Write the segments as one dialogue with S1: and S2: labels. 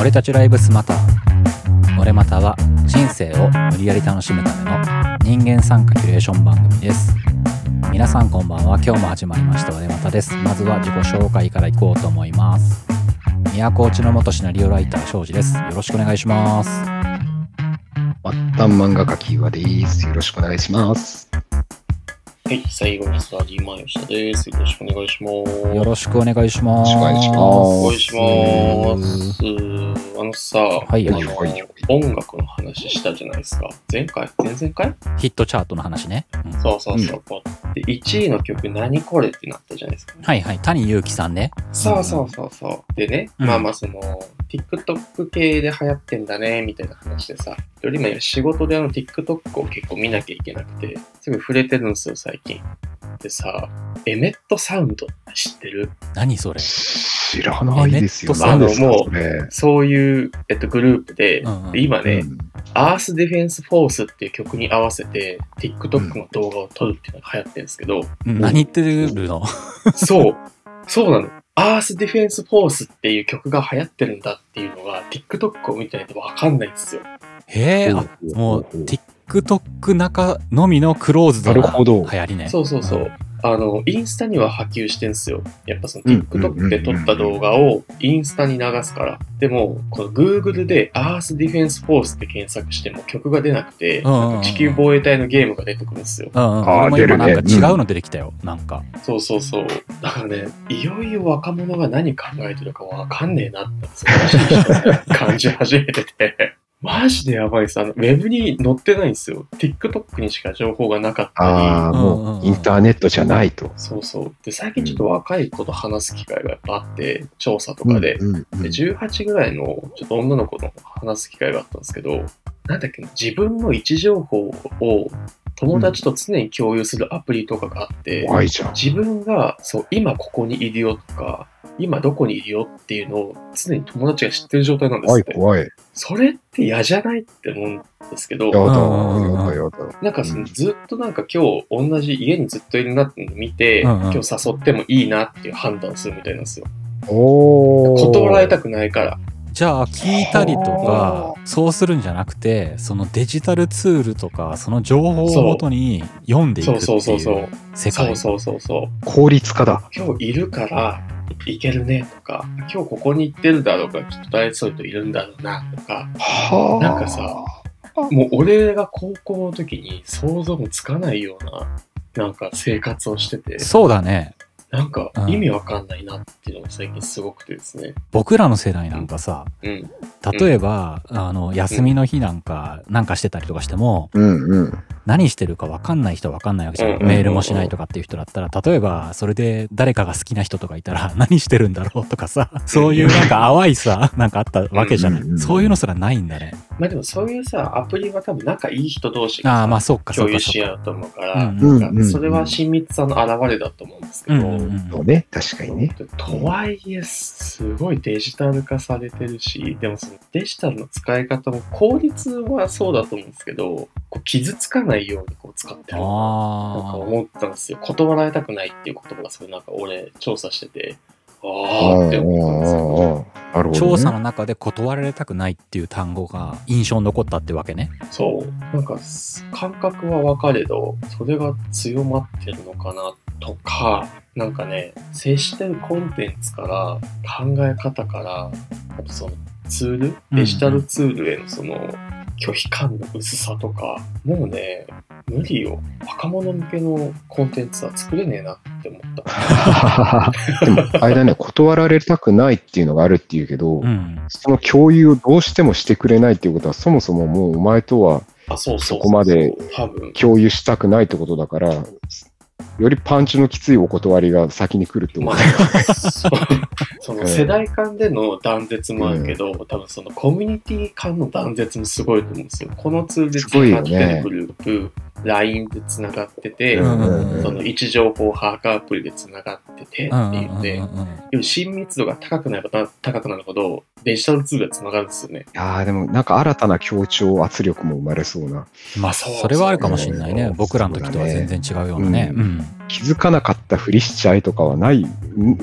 S1: 俺たちライブスマタ俺または人生を無理やり楽しむための人間参加キュレーション番組です皆さんこんばんは今日も始まりました俺またですまずは自己紹介からいこうと思います都落ちの元シナリオライター庄司ですよろしくお願いします
S2: 末端漫画家キーワです。よろしくお願いします。
S3: はい、最後にスタディマヨシタです。よろしくお願いします。
S1: よろしくお願いします
S2: よろしく
S3: お
S2: お
S3: 願いします。あのさ、
S1: い
S3: あの
S2: はい
S3: 音楽の話したじゃないですか。前回前々回
S1: ヒットチャートの話ね、うん
S3: そうそうそう。で、1位の曲何これってなったじゃないですか。
S1: はいはい谷祐樹さんね
S3: そうそうそうそう。でね、
S1: うん
S3: まあまあその、TikTok 系で流行ってんだね、みたいな話でさ、より今仕事であの TikTok を結構見なきゃいけなくて、すぐ触れてるんですよ、最近。でさ、エメットサウンドって知ってる
S1: 何それ
S2: 知らないです
S1: え
S2: よ。
S1: ネット
S3: さん
S2: 何ですか
S3: もう
S2: それ。
S3: そういう、えっと、グループで、
S1: うんうん
S3: で今ね、
S2: うん
S3: アースディフェンスフォースっていう曲に合わせて、TikTok の動画を撮るっていうのが流行ってるんですけど、
S1: 何言ってるの
S3: そう、そうなの。アースディフェンスフォースっていう曲が流行ってるんだっていうのが、TikTok を見てないとわかんないんですよ。
S1: へえあもう TikTok 中のみのクローズド
S2: なる
S1: な
S2: ほ
S1: 流
S2: ど。
S1: 行りね
S3: そうそうそう。あの、インスタには波及してんすよ。やっぱその
S2: うん
S3: TikTok で撮った動画をインスタに流すから。でも、この Google でアースディフェンスフォースって検索しても曲が出なくて、
S1: うんうんうん
S3: なんか地球防衛隊のゲームが出てくるんですよ。
S1: うんうん、
S2: あー
S1: 俺も今なんか
S2: 出るね
S1: 違うの出てきたよ、なんか
S3: そうそうそう。だからね、いよいよ若者が何考えてるかわかんねえなってその 話を感じ始めてて。マジでやばいです。あの、ウェブに載ってないんですよ。TikTok にしか情報がなかった
S2: ああ、
S1: うん
S2: もうインターネットじゃないと
S3: り。。そうそう。で、最近ちょっと若い子と話す機会がやっぱあって、調査とかで。
S2: うんうんうん
S3: で18ぐらいのちょっと女の子の話す機会があったんですけど、なんだっけな、自分の位置情報を友達と常に共有するアプリとかがあって、
S2: 怖いじゃん。
S3: 自分がそう今ここにいるよとか今どこにいるよっていうのを常に友達が知ってる状態なんです
S2: 怖
S3: っ
S2: い
S3: て、
S2: 怖い。や
S3: それって嫌じゃないって思うんですけど
S2: だ、やだ
S1: うんうんうん
S2: やだ。
S3: なんかそのずっとなんか今日同じ家にずっといるなっていうのを見て、
S1: うんうん
S3: 今日誘ってもいいなっていう判断するみたいなんですよ
S2: おお。
S3: 断られたくないから
S1: じゃあ聞いたりとか
S2: は
S1: そうするんじゃなくてそのデジタルツールとかその情報をもとに読んでいく
S3: そう
S1: って
S3: そうそうそ
S1: いうう世
S3: そ
S1: 界
S3: うそうそうそう
S2: 効率化だ。
S3: 今日いるから行けるねとか今日ここに行ってるだろうからきっと大そういう人いるんだろうなとか
S2: はあ。
S3: なんかさもう俺が高校の時に想像もつかないような、なんか生活をしてて、
S1: そうだね
S3: なんか
S1: うん
S3: 意味わかんないなっていうのが最近すごくてですね。
S1: 僕らの世代なんかさ
S3: うん。
S1: 例えば、あの休みの日なんか、なんかしてたりとかしても
S2: うんうん。
S1: 何してるか分かんない人は分かんないわけじゃん、
S3: うんうんうん
S1: メールもしないとかっていう人だったら例えばそれで誰かが好きな人とかいたら 何してるんだろうとかさそういうなんか淡いさ なんかあったわけじゃない、
S2: うんうんうん
S1: そういうのすらないんだね
S3: まあでもそういうさ、アプリは多分仲いい人同士
S1: ああま
S3: が
S1: あそっかそっ
S3: 共
S1: か
S3: 有
S1: そ
S3: し
S1: っか
S3: 合うと思うか
S1: う
S3: ら、
S1: んうん
S2: うん
S3: なんかそれは親密さの表れだと思うんですけ
S1: う
S3: ど、
S1: んうんうん
S2: そうね、確かにね。
S3: とはいえ、すごいデジタル化されてるし、でもそのデジタルの使い方も効率はそうだと思うんですけど、こう傷つかないようにこう使ってるのかななん
S1: あ
S3: か思ったんですよ。断られたくないっていう言葉がすごいなんか俺調査してて、ああって思ったんですよ。
S2: うんうんうんなるほど
S1: あ
S2: ね。
S1: 調査の中で断られたくないっていう単語が印象に残ったってわけね
S3: そう。なんかす感覚は分かれど、それが強まってるのかなとか、なんかね、接してるコンテンツから、考え方から、あとそのツール、デジタルツールへのその拒否感の薄さとか、もうね、無理よ。若者向けのコンテンツは作れねえなって 思った。
S2: でも、あれだね、断られたくないっていうのがあるっていうけど、
S1: うん
S2: その共有をどうしてもしてくれないっていうことは、そもそももうお前とは
S3: あ、そうそううう
S2: そこまで。
S3: 多分。
S2: 共有したくないってことだから、よりパンチのきついお断りが先に来るってこ
S3: ま
S2: と
S3: あ
S2: だ、
S3: そうその世代間での断絶もあるけど、多分そのコミュニティ間の断絶もすごいと思うんですよ。このツールで
S2: すごいよね
S3: 使ってるグループ、 LINE でつながってて、
S2: うんうんうん
S3: その位置情報把握アプリでつながっててって
S1: うんうん
S3: 言って、
S1: う
S3: で
S1: んうん
S3: も親密度が高くなれば高くなるほど、デジタルツールがつながるんですよね。
S2: やーでもなんか新たな協調圧力も生まれそうな。
S1: まあ
S3: そう
S1: それはあるかもしれないね
S2: そう
S1: 僕らの時とは全然違うようなね
S2: そう
S1: う
S2: だ
S1: ん
S2: 気づかなかったふりしちゃいとかはない。ん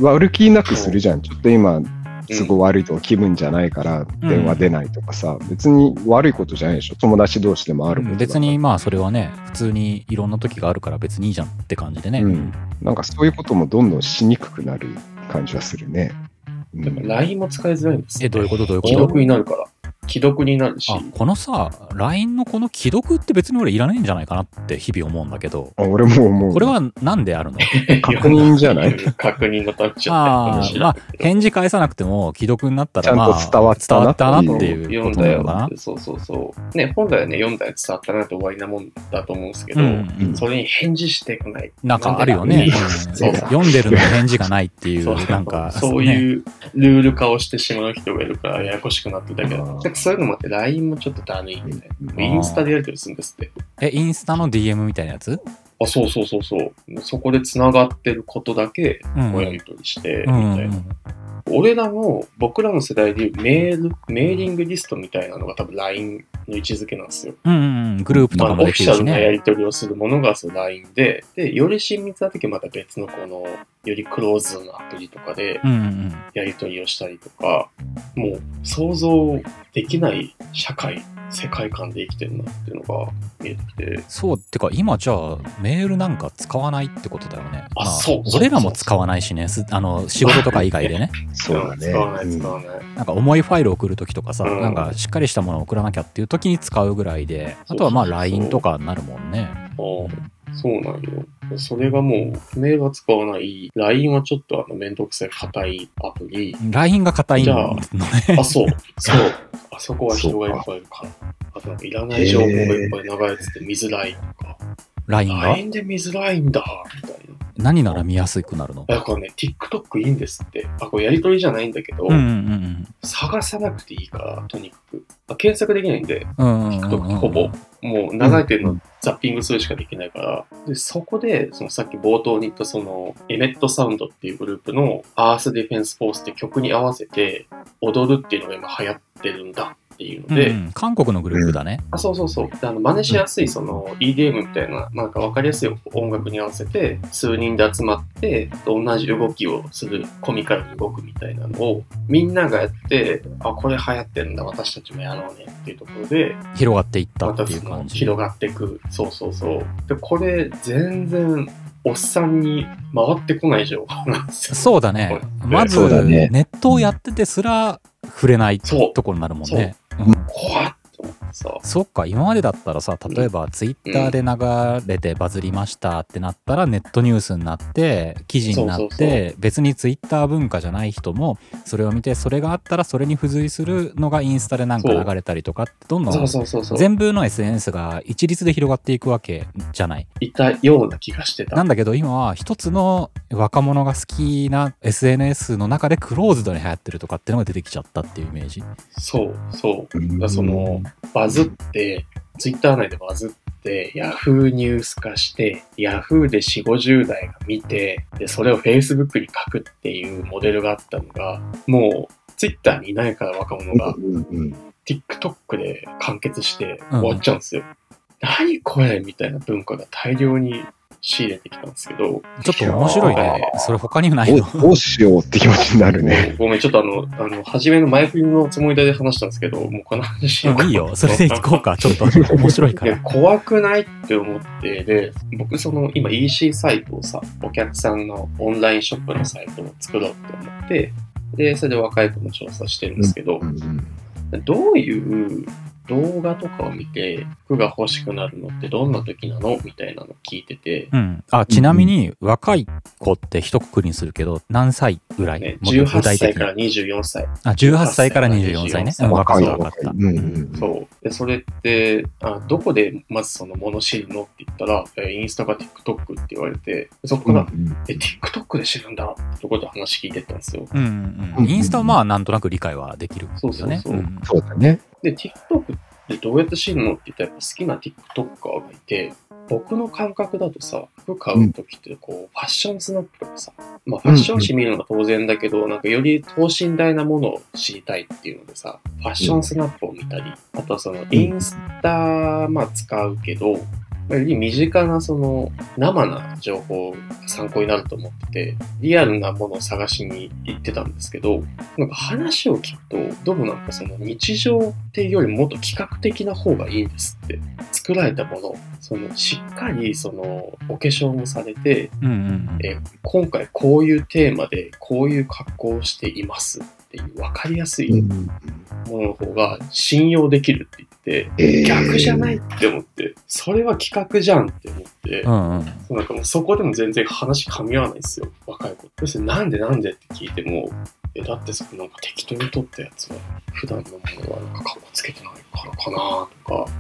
S2: 悪気なくするじゃん。ちょっと今、都合悪いと気分じゃないから電話出ないとかさ、別に悪いことじゃないでしょ。友達同士でもあることだから
S1: 別にまあそれはね普通にいろんな時があるから別にいいじゃんって感じでね、
S2: うん、なんかそういうこともどんどんしにくくなる感じはするね。うん
S3: だから LINE も使いづらいんです
S1: え
S3: よ、
S1: どういうことどういうこ
S3: 既
S1: と
S3: 読になるから。既読になるし。
S1: あこのさ LINE のこの既読って別に俺いらないんじゃないかなって日々思うんだけど
S2: あ俺も思う。
S1: これは何であ るの
S2: 確認じゃない
S3: 確認のためじゃない
S1: あ
S3: かもし
S1: ー
S3: れ
S1: ま
S3: ない
S1: あ返事返さなくても既読になったらまあ
S2: ちゃんと伝わったなってい
S1: 伝わったな
S2: う
S1: っていう
S3: 読
S1: こ
S3: ん
S1: とな
S3: だ
S1: の
S3: よ
S1: かな
S3: って、そうそうそう。ね、本来はね、読んだやつ伝わったなって終わりなもんだと思うんですけど、
S1: うん
S3: それに返事してこない。
S1: なんかあるよね。
S3: なんで
S1: うん
S3: そう
S1: 読んでるのに返事がないってい
S3: そう
S1: う、なん か、
S3: そう
S1: ね。
S3: いうルール化をしてしまう人がいるからややこしくなってたけど、
S2: あー
S3: なんかそういうのもあって LINE もちょっとだるいみたい
S2: うん
S3: な。インスタでやり取りするんですって。
S1: え、インスタの DM みたいなやつ
S3: あ、そうそうそうそう。そこで繋がってることだけ
S1: うん
S3: おやり取りして、み
S1: う
S3: たい
S1: ん
S3: な。俺らの、僕らの世代でいうメール、メーリングリストみたいなのが多分 LINE の位置づけなんですよ。
S1: うんうん。グループと
S3: まあ、
S1: か
S3: オ
S1: もで
S3: フィ
S1: き
S3: シャ
S1: るし
S3: ルなや
S1: ね。
S3: り取りをするものがその LINE で、で、より親密な時はまた別のこの、よりクローズなアプリとかで
S1: うんうん
S3: やり取りをしたりとか、もう想像できない社会、世界観で生きてるなっていうのが見えてきて、
S1: そう、てか今じゃあメールなんか使わないってことだよね。ま
S3: あそうそう
S1: 俺らも使わないしね、すあの、仕事とか以外 でね。
S2: そうだね。
S3: 使わない使
S2: うん
S3: わない。
S1: なんか重いファイル送るときとかさ、
S3: うん
S1: なんかしっかりしたものを送らなきゃっていうときに使うぐらいで、あとはまあ
S3: そうそうそう
S1: LINE とかになるもんね。
S3: ああ、そうなんよ。それがもう、メールは使わない。LINE はちょっとあの、めんどくさい硬いアプリ。
S1: LINE が硬い
S3: じ
S1: の
S3: ゃあ
S1: ね。
S3: あ、そう、そう。あそこは人がいっぱいいるから。あとなんかいらない情報がいっぱい流れてて見づらいとか。
S1: LINE が
S3: LINE で見づらいんだ、みたい
S1: 何なら見やすくなるの
S3: な。あ、これね、TikTok いいんですって。あ、これやりとりじゃないんだけど、
S1: うんうん
S3: 探さなくていいから、とにかく。あ検索できないんで、
S1: うんうんうんうんうん。
S3: TikTok ほぼ。もう流れてるのザッピングするしかできないから、でそこでそのさっき冒頭に言ったそのエメットサウンドっていうグループのアースディフェンスフォースって曲に合わせて踊るっていうのが今流行ってるんだっていうので、
S1: うんうん韓国のグループだね。
S3: あそうそうそうであの真似しやすいその EDM みたいななんか分かりやすい音楽に合わせて数人で集まって同じ動きをするコミカルに動くみたいなのをみんながやってあこれ流行ってるんだ私たちもやろうねっていうところで
S1: 広がっていった
S3: ま
S1: ったていう
S3: その
S1: 感じ。
S3: 広がっていくそうそうそうでこれ全然おっさんに回ってこない情報なんです よ
S1: そうだね。
S3: うん
S1: まず、
S2: そうだね
S1: ネットをやっててすら触れない
S3: そう
S1: ところになるもんね。うん
S3: 怖っと思ってさ
S1: そっか今までだったらさ例えばツイッターで流れてバズりましたってなったらネットニュースになって記事になっ
S3: そうそう
S1: て別にツイッター文化じゃない人もそれを見てそれがあったらそれに付随するのがインスタでなんか
S3: そう
S1: 流れたりとかってどんど
S3: そ
S1: ん
S3: うそうそうそう
S1: 全部の SNS が一律で広がっていくわけじゃない。
S3: いたような気がしてた
S1: なんだけど今は一つの若者が好きな SNS の中でクローズドに流行ってるとかっていうのが出てきちゃったっていうイメージ。
S3: そうそうだそのバズって、ツイッター内でバズって、ヤフーニュース化して、ヤフーで4、50代が見て、で、それを Facebook に書くっていうモデルがあったのが、もう、ツイッターにいないから若者が、
S2: うんうん、
S3: TikTok で完結して
S1: うん
S3: 終わっちゃうんですよ。何これみたいな文化が大量に仕入れてきたんですけど、
S1: ちょっと面白いね。それ他にないの。
S2: どうどうしようって気持ちになる ね。
S3: ごめん、ちょっとあの、あの、初めの前振りのつもりで話したんですけど、もうこの話
S1: うんいいよ。 それで行こうか。ちょっと面白いか
S3: いや
S1: ら。
S3: 怖くないって思ってで僕その今 EC サイトをさお客さんのオンラインショップのサイトを作ろうと思ってでそれで若い子も調査してるんですけど、
S2: うんうん
S3: どういう動画とかを見て服が欲しくなるのってどんな時なのみたいなの聞いてて、
S1: うん、あちなみに若い子って一括りにするけど何歳ぐらい、
S3: ね、
S1: もっと具
S3: 18
S1: 体的
S3: 歳
S1: に
S3: から24歳
S1: あ18歳から24歳ねうん分かっ
S2: 若い
S1: た
S2: よ
S1: 分かっ
S2: 若い。
S1: た
S2: うんうん
S3: そう。で、それって、あどこでまずそのもの知るのって言ったら、えインスタか TikTok って言われて、そこ
S2: う
S3: から、
S2: ん
S3: え、TikTok で知るんだってところで話聞いてったんですよ。
S1: うんうんうん、インスタはまあなんとなく理解はできる
S3: そうそう
S1: ね
S3: そう。
S1: ん
S2: そうだね。
S3: で、TikTok ってどうやって知るのって言ったら、やっぱ好きな TikToker がいて、僕の感覚だとさ、服買うときってこう、ファッションスナップとかさ、まあファッション誌見るのが当然だけど、なんかより等身大なものを知りたいっていうのでさ、ファッションスナップを見たり、あとはそのインスタ、まあ使うけど、より身近なその生な情報が参考になると思ってて、リアルなものを探しに行ってたんですけど、なんか話を聞くと、どうもなんかその日常っていうよりもっと企画的な方がいいんですって。作られたもの、そのしっかりそのお化粧もされて、
S1: うんうん
S3: えー今回こういうテーマでこういう格好をしていますっていう分かりやすいものの方が信用できるって言って、
S2: えー
S3: 逆じゃないって思って、それは企画じゃんって思って、
S1: うんうんうん
S3: なんかもうそこでも全然話噛み合わないんですよ、若い子。要するになんでなんでって聞いても、えだってそのなんか適当に撮ったやつは、普段のものはなんか格好つけてないからかなとか、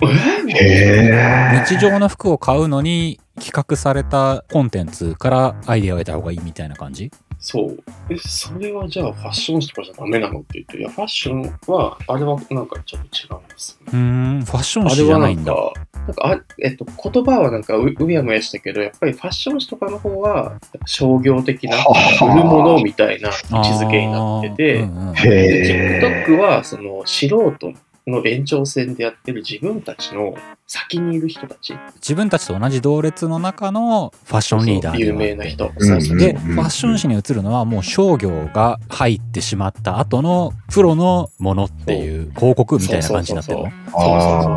S3: えー、
S2: へ
S1: 日常の服を買うのに企画されたコンテンツからアイデアを得た方がいいみたいな感じ
S3: そう。え、それはじゃあファッション誌とかじゃダメなのって言って、いや、ファッションは、あれはなんかちょっと違うんですよね。
S1: うーんファッション
S3: あれ
S1: 誌じゃ
S3: は
S1: な
S3: ないん
S1: んだ
S3: か、なんかあ、えっと、言葉はなんかううやむやしたけど、やっぱりファッション誌とかの方は、商業的な、
S2: は
S3: 売
S2: は
S3: るものみたいな位置づけになってて、
S1: あーうんうん
S2: え。
S3: で
S2: へえ。
S3: TikTok はその素人の延長線でやってる自分たちの先にいる人たち、
S1: 自分たちと同じ同列の中のファッションリーダーで
S3: 有
S1: はあって
S3: 名な人、
S2: うん
S3: そうそう
S1: で、
S2: うん
S1: ファッション誌に移るのはもう商業が入ってしまった後のプロのものっていう広告みたいな感じになってるの
S3: そうそうそう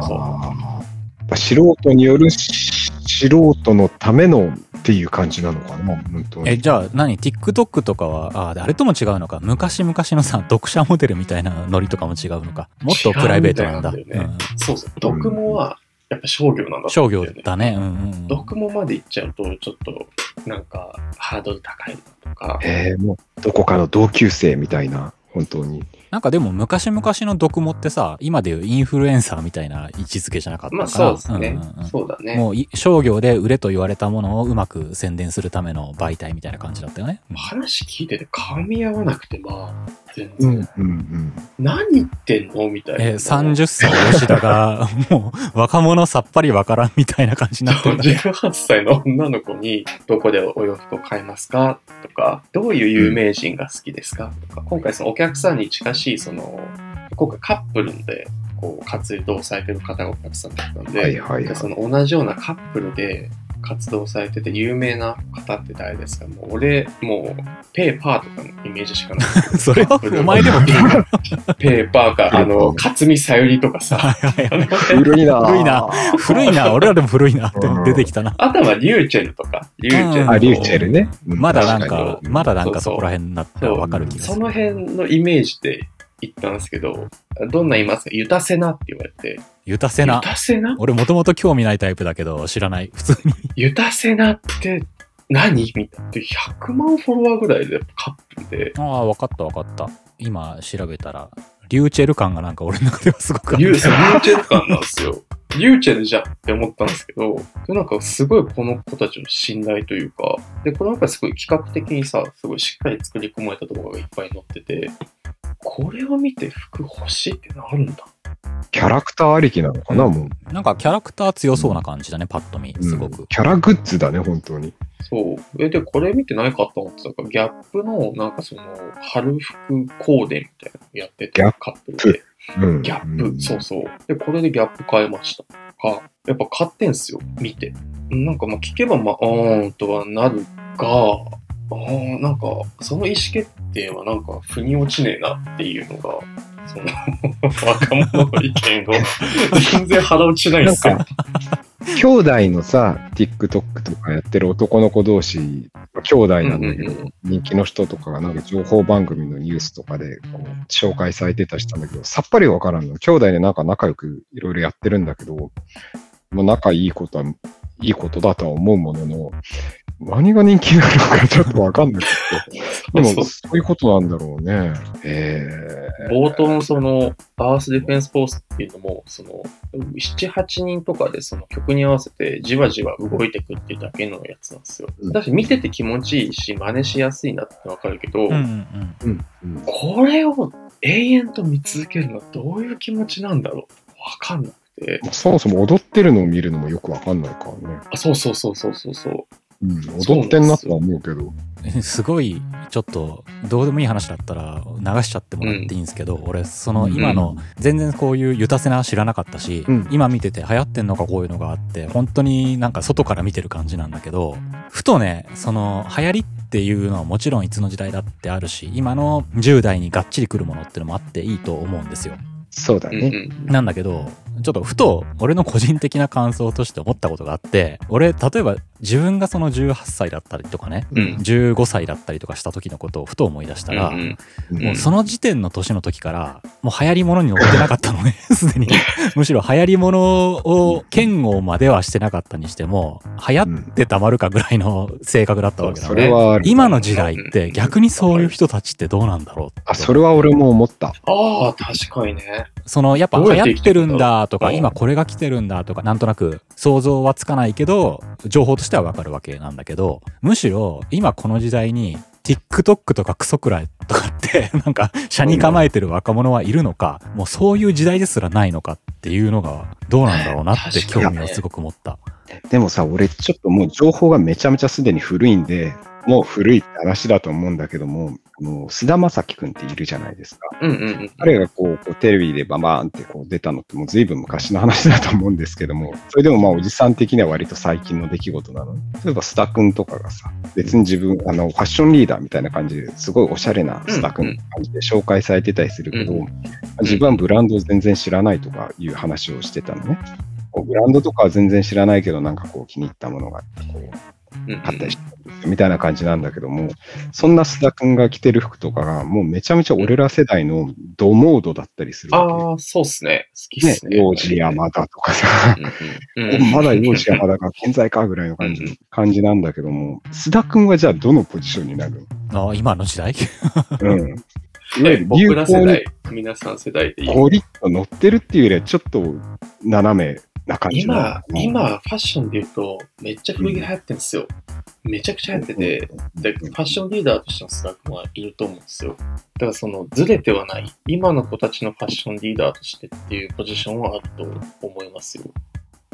S3: そう
S2: ああ。素人によるし素人のためのっていう感じなのかな、本当に。
S1: えじゃあ何 TikTok とかはあーあれとも違うのか昔々のさ読者モデルみたいなノリとかも違うのかもっとプライベートなんだ
S3: 違うんだよ
S1: う
S3: ね
S1: ん
S3: そうそう、読モはやっぱ商業なんだと思うんだよね
S1: 商業だねうんうんうん
S3: 読モまで行っちゃうと、ちょっとなんかハードル高いなとか、
S2: えー、もうどこかの同級生みたいな、本当に。
S1: なんかでも昔々の読モってさ今でいうインフルエンサーみたいな位置づけじゃなかったかな
S3: まあそうですね、
S1: んんうん
S3: そうだね。
S1: もうい商業で売れと言われたものをうまく宣伝するための媒体みたいな感じだったよね。
S3: 話聞いてて噛み合わなくて、まあ、全
S2: うん
S3: 然、
S2: うん
S3: 何言ってんのみたいな。
S1: えー、30歳吉田がもう若者さっぱりわからんみたいな感じになってる んだ。
S3: 18歳の女の子にどこでお洋服を買いますかとかどういう有名人が好きですかとか今回そのお客さんに近しいその今回カップルでこう活動されてる方がお客さんだったん
S2: うん。はい
S3: で
S2: はいは
S3: でそ
S2: い。
S3: の同じようなカップルで活動されてて有名な方って誰ですかもう俺もうペーパーとかのイメージしかない
S1: それはお前でも聞いた。は
S3: ペーパーかあの勝見さゆりと かさ
S1: いはいはい
S2: 古いな。
S1: 古いな。古いな、俺らでも古いなって出てきたな。
S3: あとはリューチェルとかリューチェル
S1: うん
S3: と
S2: あ、リューチェルね。うん
S1: まだなん
S3: 確
S1: か
S3: か、
S1: まだなんか
S3: そうそう
S1: そこら辺になったらわかる気がす
S3: そ
S1: る。
S3: の辺のイメージで言ったんですけど、どんないますかゆたせなって言われて。
S1: ゆたせな
S3: ゆ。たせな
S1: 俺もともと興味ないタイプだけど知らない。普通に。
S3: ゆたせなって何みたいな。で100万フォロワーぐらいでカップルで。
S1: ああ、わかったわかった。今調べたら、リューチェル感がなんか俺の中ではすごくある
S3: リューそうリューチェル感なんです よ。リューチェルじゃんって思ったんですけど、でなんかすごいこの子たちの信頼というか、で、これなんかすごい企画的にさ、すごいしっかり作り込まれた動画がいっぱい載ってて、これを見て服欲しいってなるんだ。
S2: キャラクターありきなのかな、もう。
S1: なんかキャラクター強そうな感じだね、パッと見、すご
S2: う
S1: く
S2: ん。キャラグッズだね、本当に。
S3: そう。え、で、これ見てないかと思ってたから、ギャップの、なんかその、春服コーデみたいなのやってて
S2: ギャッ、
S3: カップルで。
S2: うん。
S3: ギャップ、
S2: うん
S3: そうそう。で、これでギャップ変えました。か、やっぱ買ってんすよ、見て。なんかまあ聞けば、まあ、うーんとはなるが、あーなんか、その意思決定はなんか、腑に落ちねえなっていうのが、その、 若者の意見を、全然腹落ちないん
S2: な
S3: で
S2: ん
S3: すよ。
S2: か、兄弟のさ、TikTok とかやってる男の子同士、兄弟なんだけど、
S3: うんうんうん
S2: 人気の人とかがなんか情報番組のニュースとかでこう紹介されてたりしたんだけど、さっぱりわからんの。兄弟でなんか仲良くいろいろやってるんだけど、まあ、仲いいことは、いいことだとは思うものの、何が人気なのかちょっとわかんなくて。で
S3: そ
S2: も、
S3: う
S2: そういうことなんだろうね。え
S3: 冒頭のその、アースディフェンスフォースっていうのも、その、7、8人とかでその曲に合わせてじわじわ動いてくっていうだけのやつなんですよ
S2: う。ん
S3: だし見てて気持ちいいし、真似しやすいなってわかるけど、
S1: うんうんうん。
S2: ーうんうん
S3: これを永遠と見続けるのはどういう気持ちなんだろうわかんない。て、
S2: まあそもそも踊ってるのを見るのもよくわかんないからね。
S3: あ、そうそうそうそうそうそう。
S2: うん、踊ってんなとは思うけど。
S1: すごい、ちょっと、どうでもいい話だったら流しちゃってもらっていいんですけど、俺、その今の、全然こういうユタセナ知らなかったし、
S2: うん
S1: 今見てて流行ってんのかこういうのがあって、本当になんか外から見てる感じなんだけど、ふとね、その、流行りっていうのはもちろんいつの時代だってあるし、今の10代にがっちり来るものってのもあっていいと思うんですよ。
S2: そうだ
S3: うん
S2: ね。
S1: なんだけど、ちょっとふと俺の個人的な感想として思ったことがあって、俺、例えば自分がその18歳だったりとかね、
S3: うんうん。
S1: 15歳だったりとかした時のことをふと思い出したら、
S3: うんうん
S2: うん
S1: もうその時点の年の時から、もう流行り物に乗ってなかったのね、 すでに。むしろ流行り物を嫌悪まではしてなかったにしても、流行ってたまるかぐらいの性格だったわけだ
S2: そ
S1: か
S2: れ
S1: ら。
S2: はある。
S1: 今の時代って逆にそういう人たちってどうなんだろうって
S2: あ、それは俺も思った。
S3: ああ、確かにね。
S1: そのやっぱ
S3: どう
S1: 流
S3: やって
S1: 行
S3: 生
S1: って
S3: きて
S1: る
S3: る
S1: ん
S3: ん
S1: だ
S3: だ
S1: とか今これが来てるんだとかなんとなく想像はつかないけど情報としてはわかるわけなんだけどむしろ今この時代に TikTok とかクソくらいとかって なんか社に構えてる若者はいるのかもうそういう時代ですらないのかっていうのがどうなんだろうなって
S3: 確かに
S1: 興味をすごく持った。
S2: でもさ、俺ちょっともう情報がめちゃめちゃすでに古いんで、もう古いって話だと思うんだけども、あの菅田将暉君っているじゃないですか。
S3: うんうんうん。
S2: 彼がこう、こうテレビでババーンってこう出たのってもう随分昔の話だと思うんですけども、それでもまあおじさん的には割と最近の出来事なの。例えば須田君とかがさ、別に自分、あの、ファッションリーダーみたいな感じですごいおしゃれな須田君って感じで紹介されてたりするけど、
S3: うん
S2: 自分はブランドを全然知らないとかいう話をしてたのね。こうブランドとかは全然知らないけど、なんかこう気に入ったものがあって、こう
S3: うんうん
S2: 買ったりしてるみたいな感じなんだけども、そんな須田君が着てる服とかが、もうめちゃめちゃ俺ら世代のドモードだったりするわ
S3: ああ、そうっすね。好き
S2: け。
S3: っ
S2: ね
S3: す、ね。
S2: 幼児山田とか さ、
S3: うんうん。うん
S2: まだ幼児山田が健在かぐらいの感じ
S3: うん
S2: 感じなんだけども、須田君はじゃあどのポジションになる
S1: あ今の時代
S2: のうん。いわゆる
S3: え
S2: 流
S3: 僕ら世
S2: 行に
S3: 代、皆さん世代でいい。
S2: ゴリッと乗ってるっていうよりは、ちょっと斜めな感じなの
S3: 今
S2: か、な
S3: 今、ファッションで言うと、めっちゃ古着流行ってんですよ。めちゃくちゃ流行ってて、で、ファッションリーダーとしての須田君はいると思うんですよ。だからその、ずれてはない、今の子たちのファッションリーダーとしてっていうポジションはあると思いますよ。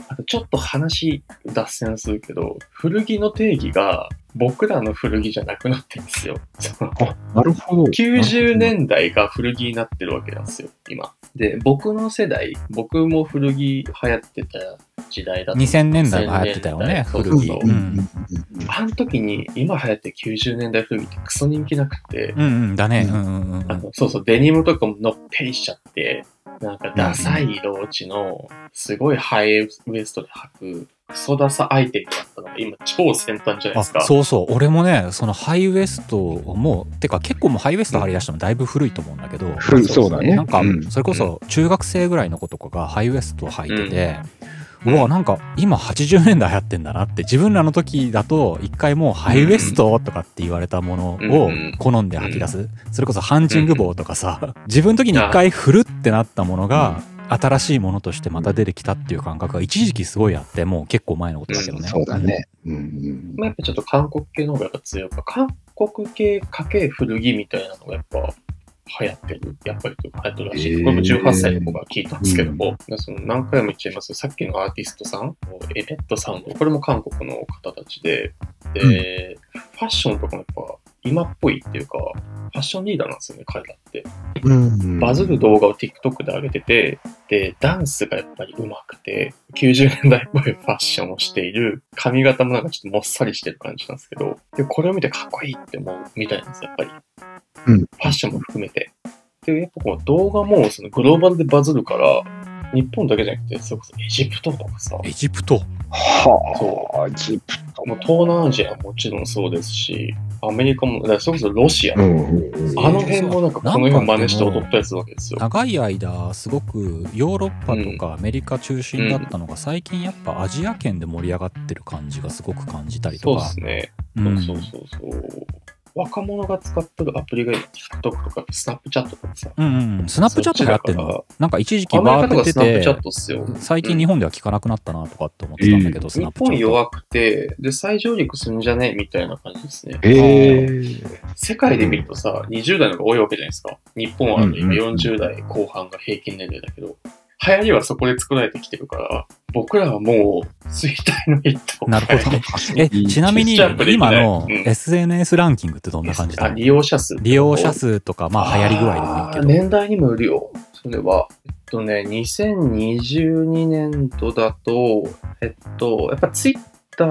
S3: あとちょっと話、脱線するけど、古着の定義が僕らの古着じゃなくなってるんですよ。その
S2: あ、なるほど。
S3: 90年代が古着になってるわけなんですよ、今。で、僕の世代、僕も古着流行ってた時代だった。
S1: 2000年代が流行ってたよね
S3: そう
S1: 古
S3: そう
S1: 着。
S3: そう
S1: うん
S3: あの時に、今流行ってる90年代古着ってクソ人気なくて、
S1: うんうんだね。うんうんうん
S3: あのそうそう、デニムとかものっぺりしちゃって、なんかダサい色落ちの、すごいハイウエストで履く、クソダサアイテムだったのが今超先端じゃない
S1: あ
S3: ですか。
S1: そうそう俺もねそのハイウエストをもうてか結構もうハイウエスト張り出したのだいぶ古いと思うんだけど、
S2: 古いそうだね。
S1: なんか
S2: うん
S1: それこそ中学生ぐらいの子とかがハイウエストを履いてて、うわなんか今80年代流行ってんだなって自分らの時だと一回もうハイウエストとかって言われたものを
S3: うん
S1: 好んで吐き出すそれこそハンチング帽とかさ自分の時に一回振るってなったものが新しいものとしてまた出てきたっていう感覚が一時期すごいあってもう結構前のことだけどね。
S2: そうだね。うんうん
S3: まあ、やっぱちょっと韓国系の方がやっぱ強いか、韓国系かけ古着みたいなのがやっぱ流行ってる、やっぱりというか流行ってるらし
S2: へ
S3: い。
S2: ー
S3: これも18歳の子が聞いたんですけども、でその何回も言っちゃいますけどさっきのアーティストさん、エベットさんこれも韓国の方たちで、で、ファッションとかもやっぱ今っぽいっていうか、ファッションリーダーなんですよね、彼らって。
S2: うん
S3: バズる動画を TikTok で上げてて、で、ダンスがやっぱり上手くて、90年代っぽいファッションをしている、髪型もなんかちょっともっさりしてる感じなんですけど、で、これを見てかっこいいって思うみたいなんですよ、やっぱり。
S2: うん
S3: ファッションも含めて。で、やっぱこう動画もそのグローバルでバズるから、日本だけじゃなくて、それこそエジプトとかさ、
S1: エジプト
S2: はあ、ジプト
S3: もう東南アジアはもちろんそうですし、アメリカも、だからそれこそロシア、
S2: うんうんうん
S3: あの辺もなんかこの辺を真似して踊ったりするわけですよ。
S1: 長い間すごくヨーロッパとかアメリカ中心だったのが最近やっぱアジア圏で盛り上がってる感じがすごく感じたり
S3: そ
S1: と
S3: うで
S1: か
S3: すね。
S1: う
S3: そ
S1: ん
S3: うそうそうそう。若者が使ってるアプリが今 TikTok とか Snapchat とかさ。
S1: うんうんスナップチャットでやってん
S3: そっちだ
S1: の
S3: か
S1: なんか一時期
S3: アメリ
S1: バ
S3: カ
S1: ー
S3: と
S1: っ
S3: か
S1: て
S3: Snapchat
S1: て
S3: っすよ。
S1: 最近日本では聞かなくなったなとかって思ってたんだけどスナッ
S3: 日
S1: プチ
S3: 本
S1: ャット
S3: 弱くて、で、再上陸するんじゃねみたいな感じですね。
S2: えー、
S3: 世界で見るとさ、20代の方が多いわけじゃないですか。日本はあの
S2: うん
S3: 今
S2: うんうん
S3: 40代後半が平均年齢だけど、流行りはそこで作られてきてるから、僕らはもう衰退の一途。
S1: なるほど。え、ちなみに
S3: シャープでいいね
S1: 今の
S3: うん
S1: SNS ランキングってどんな感じだ
S3: あ利用者数。
S1: 利用者数とか、まあ流行り具合で
S3: あー
S1: もいいけど。
S3: 年代にもよるよ。それは。えっとね、2022年度だと、えっと、やっぱツイッタ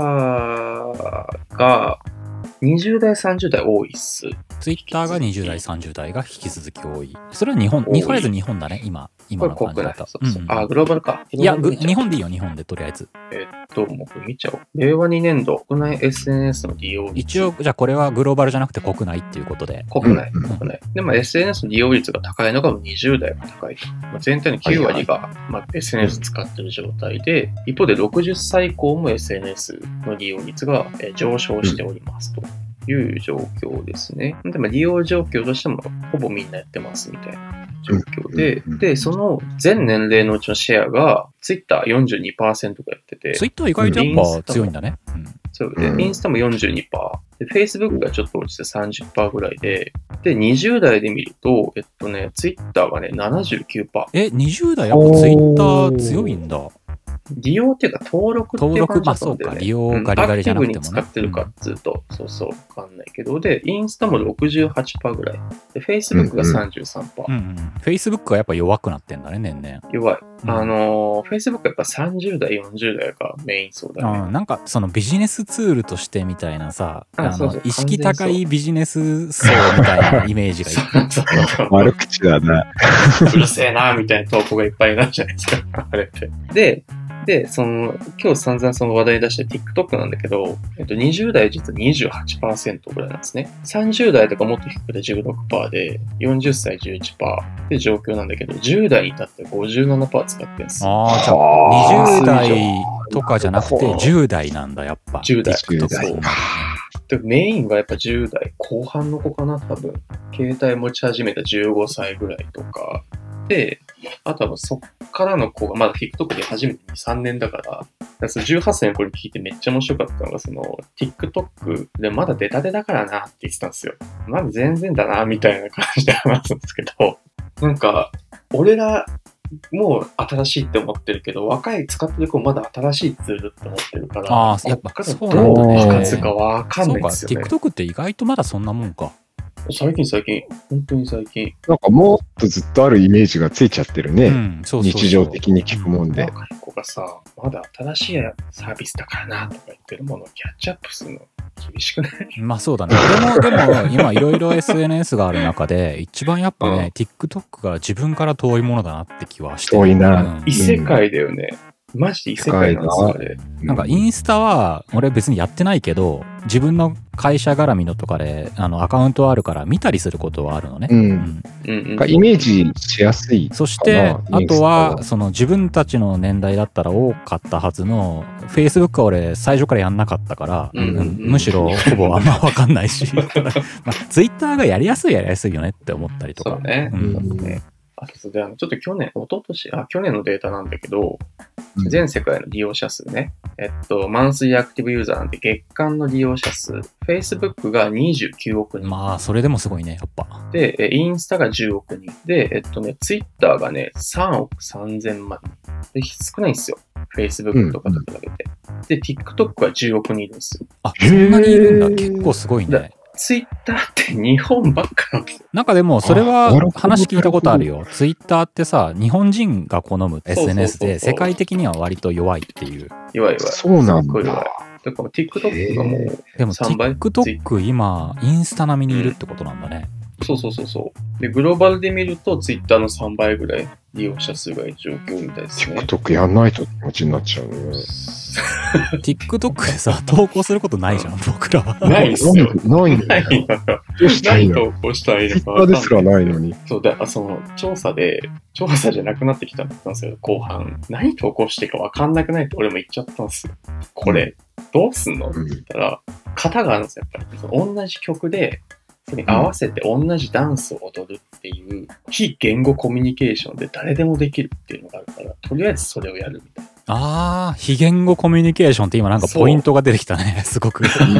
S3: ーが20代、30代多いっす。
S1: Twitter が20代、30代が引き続き多い。それは日本、
S3: 多い
S1: とりあえず日本だね、今、今
S3: こ
S1: の感
S3: れ国
S1: じだ
S3: 内
S1: っ。た。
S3: そうそう
S1: うんうん
S3: あ、グローバルか。
S1: いや、ぐ
S3: グ
S1: 日本でいいよ、日本で、とりあえず。
S3: どうも、見ちゃおう。令和2年度、国内 SNS の利用率。
S1: 一応、じゃあこれはグローバルじゃなくて国内っていうことで。
S3: 国内、
S2: うん
S1: うん
S3: 国内。で、まあ、SNS の利用率が高いのが20代が高いと。まあ、全体の9割が、まあ、SNS 使ってる状態で、一方で60歳以降も SNS の利用率がえー上昇しておりますと。いう状況ですね。で、まあ、利用状況としても、ほぼみんなやってますみたいな状況で
S2: うんうんう、ん
S3: で、その全年齢のうちのシェアが、Twitter42% がやってて、
S1: Twitter は意外とやっぱ強いんだね。うん
S3: そうで、
S2: うん
S3: インスタも42%。で、Facebook がちょっと落ちて30%ぐらいで、で、20代で見ると、えっとね、Twitter がね、79%。
S1: え、20代やっぱツイッター強いんだ。
S3: 利用っていうか、登録っていう感じだと思うんだ
S1: 登録まあそ
S3: よね。
S1: うか利用ガリガリじゃなくてもね
S3: うんアクティブに使ってるかっつうと、そうそう、わかんないけど、で、インスタも68%ぐらい。で、Facebook が33%。
S1: うんうん。Facebook がやっぱ弱くなってんだね、年々。
S3: 弱い。
S1: うん
S3: あのー、Facebook はやっぱ30代、40代がメインそうだ ね。
S1: うん、なんかそのビジネスツールとしてみたいなさ、
S3: あ
S1: あ
S3: そう
S1: の
S3: そう
S1: 意識高いビジネス層みたいなイメージが いっぱい。
S3: 悪
S2: 悪口だな。
S3: うるせえな、みたいな投稿がいっぱいになるじゃないですか、 あれって。で、で、その、今日散々その話題出して TikTok なんだけど、えっと、20代実は28%ぐらいなんですね。30代とかもっと低くて16%で、40歳11%って状況なんだけど、10代に至って57%使ってるんです。
S1: ああ、じゃあ
S2: は
S1: 20
S2: あ
S1: 代とかじゃなくて10代なんだ、やっぱ。
S3: 10代
S1: TikTok
S2: 10代
S1: そう
S3: でメインがやっぱ10代後半の子かな、多分。携帯持ち始めた15歳ぐらいとか。で、あとはもうそっからの子がまだ TikTok で初めて2、3年だから、だからその18歳の子に聞いてめっちゃ面白かったのが、その TikTok でまだ出たてだからなって言ってたんですよ。まだ全然だな、みたいな感じで話すんですけど、なんか、俺ら、もう新しいって思ってるけど、若い使ってる子まだ新しいツールって思ってるから、
S1: あーやっぱ
S3: こっ
S1: そう
S3: から
S1: なん
S2: だ
S3: どう
S2: ね
S3: 爆発かわかん
S1: そ
S3: な
S1: う
S3: い
S1: か、
S3: ですよね。
S1: TikTok って意外とまだそんなもんか。
S3: 最近最近、本当に最近。
S2: なんかもっとずっとあるイメージがついちゃってるね。
S1: うん、そうそうそう
S2: 日常的に聞くもんで。
S3: 若い子がさ、まだ新しいサービスだからなとか言ってるものをキャッチアップするの厳しくない
S1: まあそうだね。俺も、でも、今いろいろ SNS がある中で、一番やっぱね、TikTok が自分から遠いものだなって気はしてる。
S2: 遠いな
S1: うん
S3: 異世界だよね。マジで異世界なんですよ、あれ。
S1: なんかインスタは、俺別にやってないけど、自分の会社絡みのとかで、あの、アカウントあるから見たりすることはあるのね。
S2: う。
S1: うんん
S3: うんう
S2: なん
S3: ん
S2: かイメージしやすい。
S1: そして、
S2: かな
S1: あと
S2: インスタ
S1: は、
S2: は
S1: その自分たちの年代だったら多かったはずの、Facebook は俺最初からやんなかったから、
S3: うんうんうん
S1: うんむしろほぼあんまわかんないし、 まあ Twitter がやりやすいやりやすいよねって思ったりと
S3: そう
S1: か。
S3: ね
S1: う。ん
S3: あとそれであのちょっと去年、一昨年あ、去年のデータなんだけど、
S2: うん
S3: 全世界の利用者数ね。えっと、マンスリーアクティブユーザーなんて月間の利用者数、Facebook が29億人。
S1: まあ、それでもすごいね、やっぱ。
S3: で、えインスタが10億人。で、えっとね、ツイッターがね、3億3000万人。で、少ないんですよ。Facebook とかと比べて。で、TikTok は10億人いるんですよ。
S1: あ、そんなにいるんだ。
S2: へー
S1: 結構すごいね。
S3: ツイッターって日本ばっかなんですよ。
S1: なんかでも、それ
S2: あ
S1: は
S2: なるほど
S1: 話聞いたことあるよ。ツイッターってさ、日本人が好む
S3: そうそうそう
S1: SNS で、世界的には割と弱いっていう。
S3: いわゆる。
S2: そうなん
S3: すごい
S2: だ
S3: わ。だから TikTok がも
S2: へ
S3: う、
S1: でも、
S3: 3倍
S1: TikTok 今、インスタ並みにいるってことなんだね。
S3: そうそうそうそう。で、グローバルで見るとツイッターの3倍ぐらい利用者数がいる状況みたいですね。
S2: TikTok やんないとって気持ちになっちゃうね。
S1: TikTok でさ、投稿することないじゃん、僕らは。
S3: ないっすよ。
S2: ないん
S3: な
S2: だよ。
S3: いの よ。
S2: どうしたらいい
S3: 何
S2: の
S3: 投稿したらいいのか
S2: ?Twitter
S3: わかん
S2: で
S3: ない
S2: すらないのに。
S3: そうだ、あその、調査で、調査じゃなくなってきたんですよ、後半。何投稿していいか分かんなくないって俺も言っちゃったんですよ。これ、どうすんのって
S2: うん
S3: 言ったら、型があるんですよ、やっぱり。その同じ曲で、それに合わせて同じダンスを踊るっていう、非言語コミュニケーションで誰でもできるっていうのがあるから、とりあえずそれをやるみたいな。
S1: ああ、非言語コミュニケーションって今なんかポイントが出てきたね。すごく。
S3: そうね。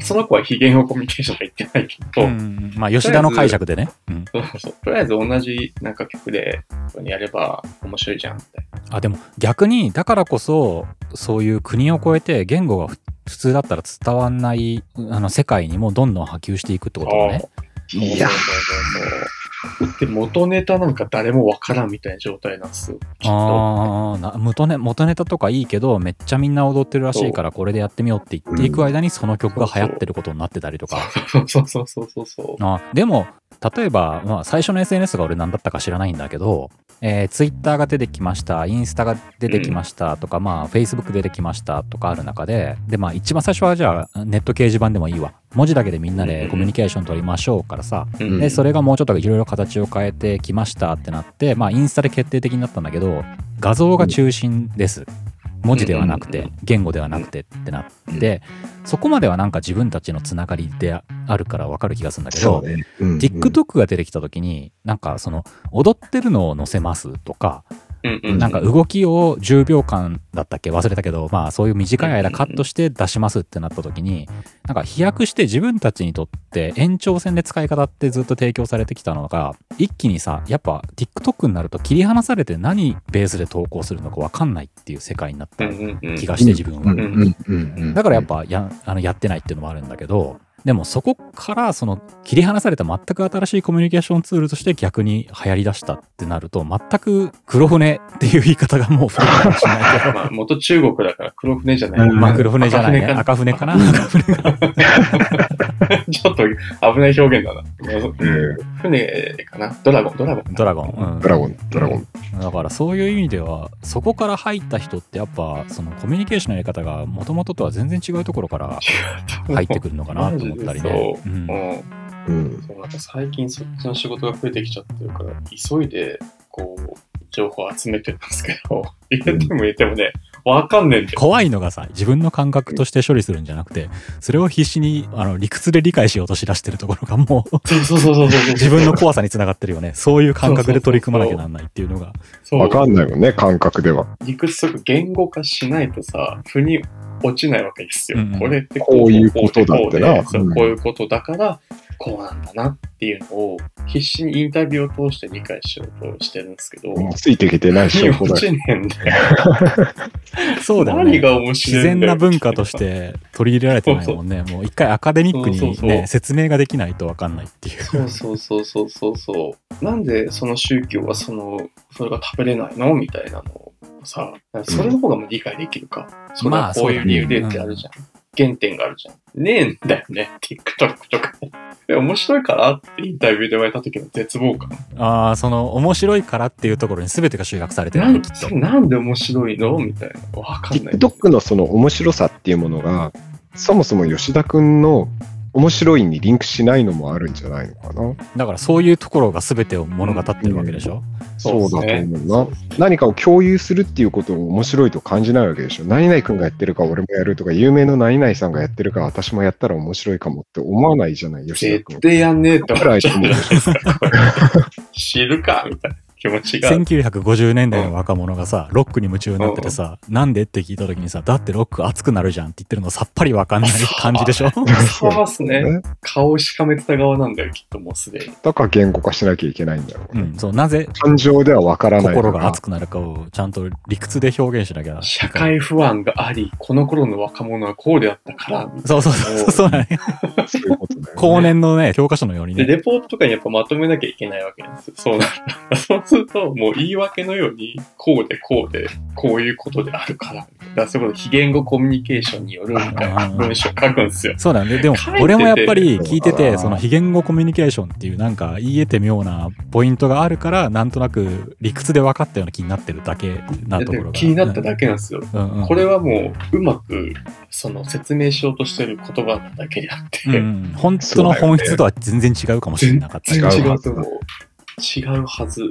S3: その子は非言語コミュニケーションとは言ってないけど、
S1: うん、まあ、吉田の解釈でね。うん、
S3: そうそうとりあえず同じなんか曲でやれば面白いじゃんみたいな。
S1: あでも逆にだからこそそういう国を越えて言語がふ普通だったら伝わんないあの世界にもどんどん波及していくってことだね。
S2: いや、
S3: そうそうそうそうで、元ネタなんか誰もわからんみたいな状態なんですよ。きっと。
S1: ああな元ネ元ネタとかいいけどめっちゃみんな踊ってるらしいからこれでやってみようって言っていく間にその曲が流行ってることになってたりとか。
S3: そうそうそうそうそう。
S1: あでも例えば、まあ、最初の SNS が俺何だったか知らないんだけど、えー、Twitter が出てきましたインスタが出てきましたとか、まあ Facebook 出てきましたとかある中でで、まあ、一番最初はじゃあネット掲示板でもいいわ文字だけでみんなでコミュニケーション取りましょうからさ、
S3: うん
S1: でそれがもうちょっといろいろ形を変えてきましたってなって、まあ、インスタで決定的になったんだけど画像が中心です文字ではなく
S3: うんうん
S1: て言語ではなくてってなってそこまではなんか自分たちのつながりであるからわかる気がするんだけど
S2: そう、ね。うんうん、
S1: TikTok が出てきた時になんかその踊ってるのを載せますとか
S3: うんうん
S1: なんか動きを10秒間だったっけ忘れたけどまあそういう短い間カットして出しますってなった時になんか飛躍して自分たちにとって延長線で使い方ってずっと提供されてきたのが一気にさやっぱ TikTok になると切り離されて何ベースで投稿するのか分かんないっていう世界になっ
S3: う
S1: た
S3: んうんうん
S1: 気がして自分は
S2: う。んうんうんうん
S1: だからやっぱやあのやってないっていうのもあるんだけどでもそこからその切り離された全く新しいコミュニケーションツールとして逆に流行りだしたってなると全く黒船っていう言い方がもう古いかもしれないけど。
S3: まあ、元中国だから黒船じゃな
S2: う
S3: い。
S2: ん
S1: まあ黒船じゃないね。
S3: 赤
S1: 赤船 かな赤船かな
S3: ちょっと危ない表現だな。
S2: うん
S3: 船かなドラゴン、ドラゴン。
S1: ドラゴン。
S2: ドラゴン、ドラゴン。
S1: うん。だからそういう意味では、そこから入った人ってやっぱ、そのコミュニケーションのやり方がもともととは全然違うところから入ってくるのかなと思ったりね。う
S3: マジで
S1: ん
S3: そう。うん
S2: うん。
S3: そうなんか最近そっちの仕事が増えてきちゃってるから、急いで、こう、情報を集めてるんですけど、入れても入れてもね、わかんねえんだよ。
S1: 怖いのがさ自分の感覚として処理するんじゃなくてそれを必死にあの理屈で理解しようとしだしてるところがも う
S3: そうそうそうそうそう。
S1: 自分の怖さにつながってるよねそういう感覚で取り組まなきゃなんないっていうのが
S3: そう
S2: わかんないよね、感覚では。
S3: 理屈とか言語化しないとさ、腑に落ちないわけですよ。
S1: うんうん
S3: これって
S2: こういうことだってな
S3: こうでそう
S2: うん
S3: こういうことだから、こうなんだなっていうのを、必死にインタビューを通して理解しようとしてるんですけど、
S2: もうついてきてない
S3: 腑に
S2: 証拠
S3: 落
S2: だよ。
S3: ちねえんだよ。
S1: そうだよ
S3: 何
S1: ね
S3: が面白い
S1: 自
S3: んだよ
S1: 然な文化として取り入れられてないもんねもう一回アカデミックに、ね、
S3: そうそうそう
S1: 説明ができないと分かんないっていう
S3: そうそうそうそうそうそう。なんでその宗教はその、それが食べれないのみたいなのをさ、それの方がもう理解できるか。それ
S1: ま
S3: は
S1: あ
S3: こう
S1: そう
S3: いう
S1: だね
S3: 理由でってあるじゃん。原点があるじゃん。ねえんだよね、TikTok とか。で面白いからってインタビューで言われた時の絶望感。
S1: ああその面白いからっていうところに全てが集約されてる
S3: な
S1: の
S3: ん
S1: きっと
S3: それなんで面白いのみたいな。わかんない。
S2: TikTok のその面白さっていうものが、そもそも吉田くんの面白いにリンクしないのもあるんじゃないのかな。
S1: だからそういうところが全てを物語ってるわけでしょ、
S2: そうだと
S3: ですね
S2: 思うな。何かを共有するっていうことを面白いと感じないわけでしょ。何々くんがやってるから俺もやるとか、有名の何々さんがやってるから私もやったら面白いかもって思わないじゃない、吉田くん
S3: 絶。対やんねえって思っちゃうじゃないですか。知るかみたいな気持ちが。
S1: 1950年代の若者がさ、ロックに夢中になっててさ、なんでって聞いた時にさ、だってロック熱くなるじゃんって言ってるのさっぱりわかんない感じでしょ
S3: そうですね。
S2: ね
S3: 顔をしかめてた側なんだよ、きっともうすでに。
S2: だから言語化しなきゃいけないんだろ
S1: う
S2: うね。
S1: ん、そう、なぜ
S2: 感情ではわからない
S1: 心が熱
S2: く
S1: くなるかをちゃんと理屈で表現しなきゃ。
S3: 社会不安があり、この頃の若者はこうであったから。
S1: そうそうそう、そうだね。
S2: そういうことだよね
S1: 後年のね、教科書のように
S3: で、
S1: ね。
S3: レポートとかにやっぱまとめなきゃいけないわけなんですよ。そうなんだ。 そうすると、もう言い訳のように、こうでこうで、こういうことであるから。だからそういうこと、非言語コミュニケーションによるみたいな文章を書くんですよ。
S1: そうなんで、でも
S3: 書いてて
S1: 俺もやっぱり聞いて
S2: う
S1: て、
S2: ん
S1: その非言語コミュニケーションっていうなんか言えて妙なポイントがあるから、なんとなく理屈で分かったような気になってるだけな
S3: で
S1: ところが。
S3: 気になっただけなんですよ。
S1: うんうん
S3: これはもう、うまく、その説明しようとしてる言葉なだけであって、
S1: うんうん、本当の本質とは全然違うかもしれなかったけ
S2: 違
S1: ど
S2: う
S3: 全然違
S2: は
S3: う
S2: ず
S3: と
S2: だ
S3: 思う。違うはず。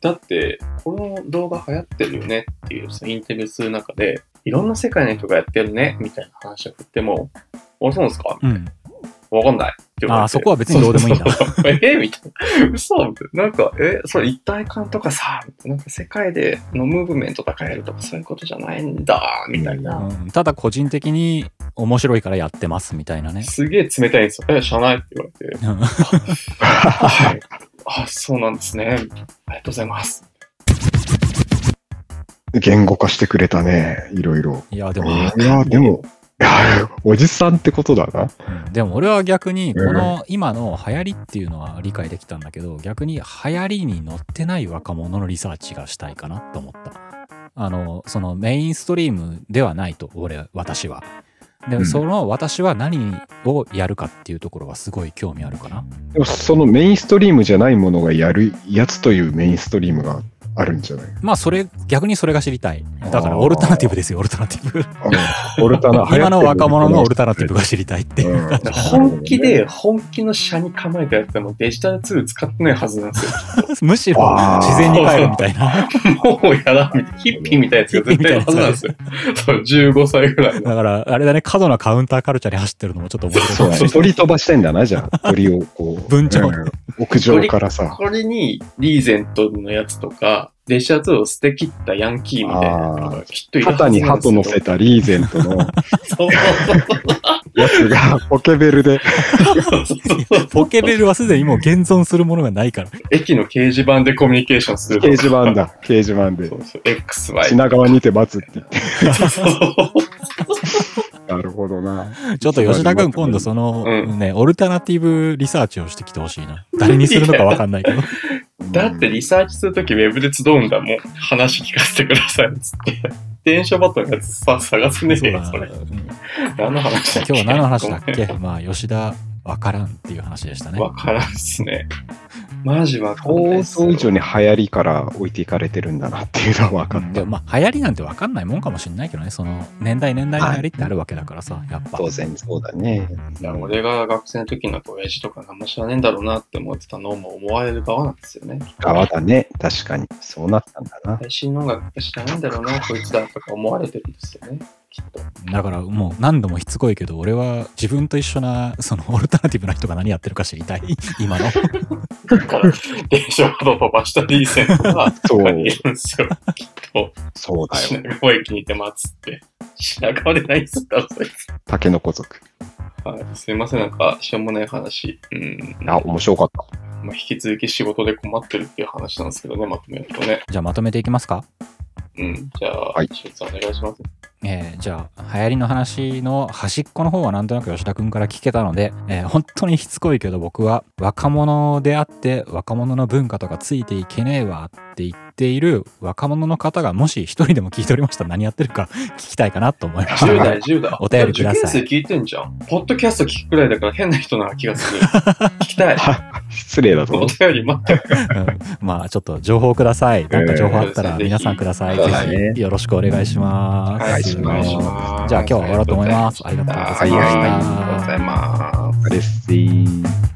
S3: だって、この動画流行ってるよねっていうそのインタビューする中で、いろんな世界の人がやってるねみたいな話を振っても、あ、そうなんですか
S1: うん、
S3: わかんない。って思って。
S1: ああ、そこは別にどうでもいいんだ。
S3: そうそうそう。えみたいな。嘘みたいな。なんか、え、それ一体感とかさ、みたいななんか世界でのムーブメントが変えるとかそういうことじゃないんだ、みたいな。
S1: うんただ個人的に面白いからやってますみたいな ね。
S3: すげえ冷たいんですよ。え、社内って言われて。
S1: うん
S3: はい。あ、そうなんですね。ありがとうございます。
S2: 言語化してくれたね、いろいろ。
S1: いや、でも、
S2: いや、でも、いやおじさんってことだな。
S1: うんでも俺は逆に、こ
S2: うん
S1: の今の流行りっていうのは理解できたんだけど、逆に流行りに乗ってない若者のリサーチがしたいかなと思った。あの、そのメインストリームではないと、俺、私は。で、
S2: うん
S1: その私は何をやるかっていうところはすごい興味あるかな。
S2: でも、そのメインストリームじゃないものがやるやつというメインストリームがあるんじゃない
S1: まあ、それ、逆にそれが知りたい。だから、
S2: あー
S1: オルタナティブですよ、オルタナティブ。、
S2: あのオルタナ
S1: 今の若者のオルタナティブが知りたいって。
S2: うん
S3: なんか本気で、本気の社に構えたやつでもデジタルツール使ってないはずなんですよ。
S1: むしろ
S2: あー
S1: 自然に帰るみたいな。
S3: もうやだ、みたいな。ヒッピーみたいなやつが絶対いるはずなんですよ。そう、15歳ぐらいの。
S1: だから、あれだね、過度なカウンターカルチャーに走ってるのもちょっと面
S2: そ
S1: 白
S2: う
S1: い。
S2: そう、鳥飛ばしてんだな、じゃあ。鳥をこう。
S1: 文鳥
S2: うん屋上からさ。
S3: これに、リーゼントのやつとか、デジタルツールを捨て切ったヤンキーみたいなのがきっといるはずな
S2: 肩
S3: んです
S2: に
S3: よ。
S2: 鳩乗 せたリーゼントの
S3: そう
S2: やつがポケベルで。
S3: そうそうそうそう。
S1: ポケベルはすでにもう現存するものがないから。
S3: 駅の掲示板でコミュニケーションする と
S2: 掲
S3: か。
S2: 示板だ。掲示板で
S3: そ。うそう。XY。
S2: 品川にて待つって言って。
S3: そうそう
S2: なるほどな。
S1: ちょっと吉田君、今度その、
S3: う
S1: ね、オルタナティブリサーチをしてきてほしいな。誰にするのかわかんない けど。
S3: だってリサーチするときウェブで集うんだもん。話聞かせてくださいっつって。電車バトルのやつさ、探すねえよ、そ
S1: そうだ
S3: れ
S1: な。うん
S3: 何の話だっけ
S1: 今日何の話だっ
S3: ごめん
S1: けまあ、吉田、わからんっていう話でしたね。
S3: わからんっすね。マジわかんない
S2: 放
S3: っすよ
S2: 送以上に流行りから置いていかれてるんだなっていうのは分か
S1: う
S2: っ
S1: んでもまあ流行りなんてわかんないもんかもしんないけどねその年代年代の流行りってあるわけだからさやっぱ
S2: た。当然そうだね。
S3: いや俺が学生の時なんか親父とか何も知らねえんだろうなって思ってたのも思われる側なんですよね。
S2: 側だね。確かに。そうなったんだ な。
S3: 最新の音楽知らないんだろうな、こいつだとか思われてるんですよね。きっと。
S1: だからもう何度もしつこいけど俺は自分と一緒なそのオルタナティブな人が何やってるか知 りたい今の
S3: だから、電車ほど飛ばしたリーゼントが、
S2: そう
S3: 他にいるんですよ。きっと、
S2: そうだよ。
S3: 品川駅にいて待つって。品川でないっすだろ、そいつ。
S2: タケノコ族。
S3: はい、すいません、なんか、しょうもない話。うん。
S2: あ、面白かった。
S3: まあ、引き続き仕事で困ってるっていう話なんですけどね、まとめるとね。
S1: じゃあまとめていきますか
S3: うん。じゃあ、
S2: はい
S3: しゅんさんお願いします。
S1: えーじゃあ流行りの話の端っこの方はなんとなく吉田君から聞けたので、えー本当にしつこいけど僕は若者であって若者の文化とかついていけねえわって言っている若者の方がもし一人でも聞いておりましたら何やってるか 聞きたいかなと思いまし
S3: 10
S1: た。
S3: 代、10代。
S1: お便りください
S3: 受験生聞いてんじゃん。ポッドキャスト聞くくらいだから変な人な気が する。聞きたい。
S2: 失礼だ
S3: お
S2: ぞ。
S3: 便り待ってる。
S1: うんまあちょっと情報ください。なんか情報あったら皆さんください。
S3: えー
S1: ぜひよろしくお願いします。
S2: 願いします
S3: ます
S1: じゃあ今日は終わろうと思います。ありがとうございまし
S3: はい、
S1: た。
S3: ありがとうございます。
S2: あれっすい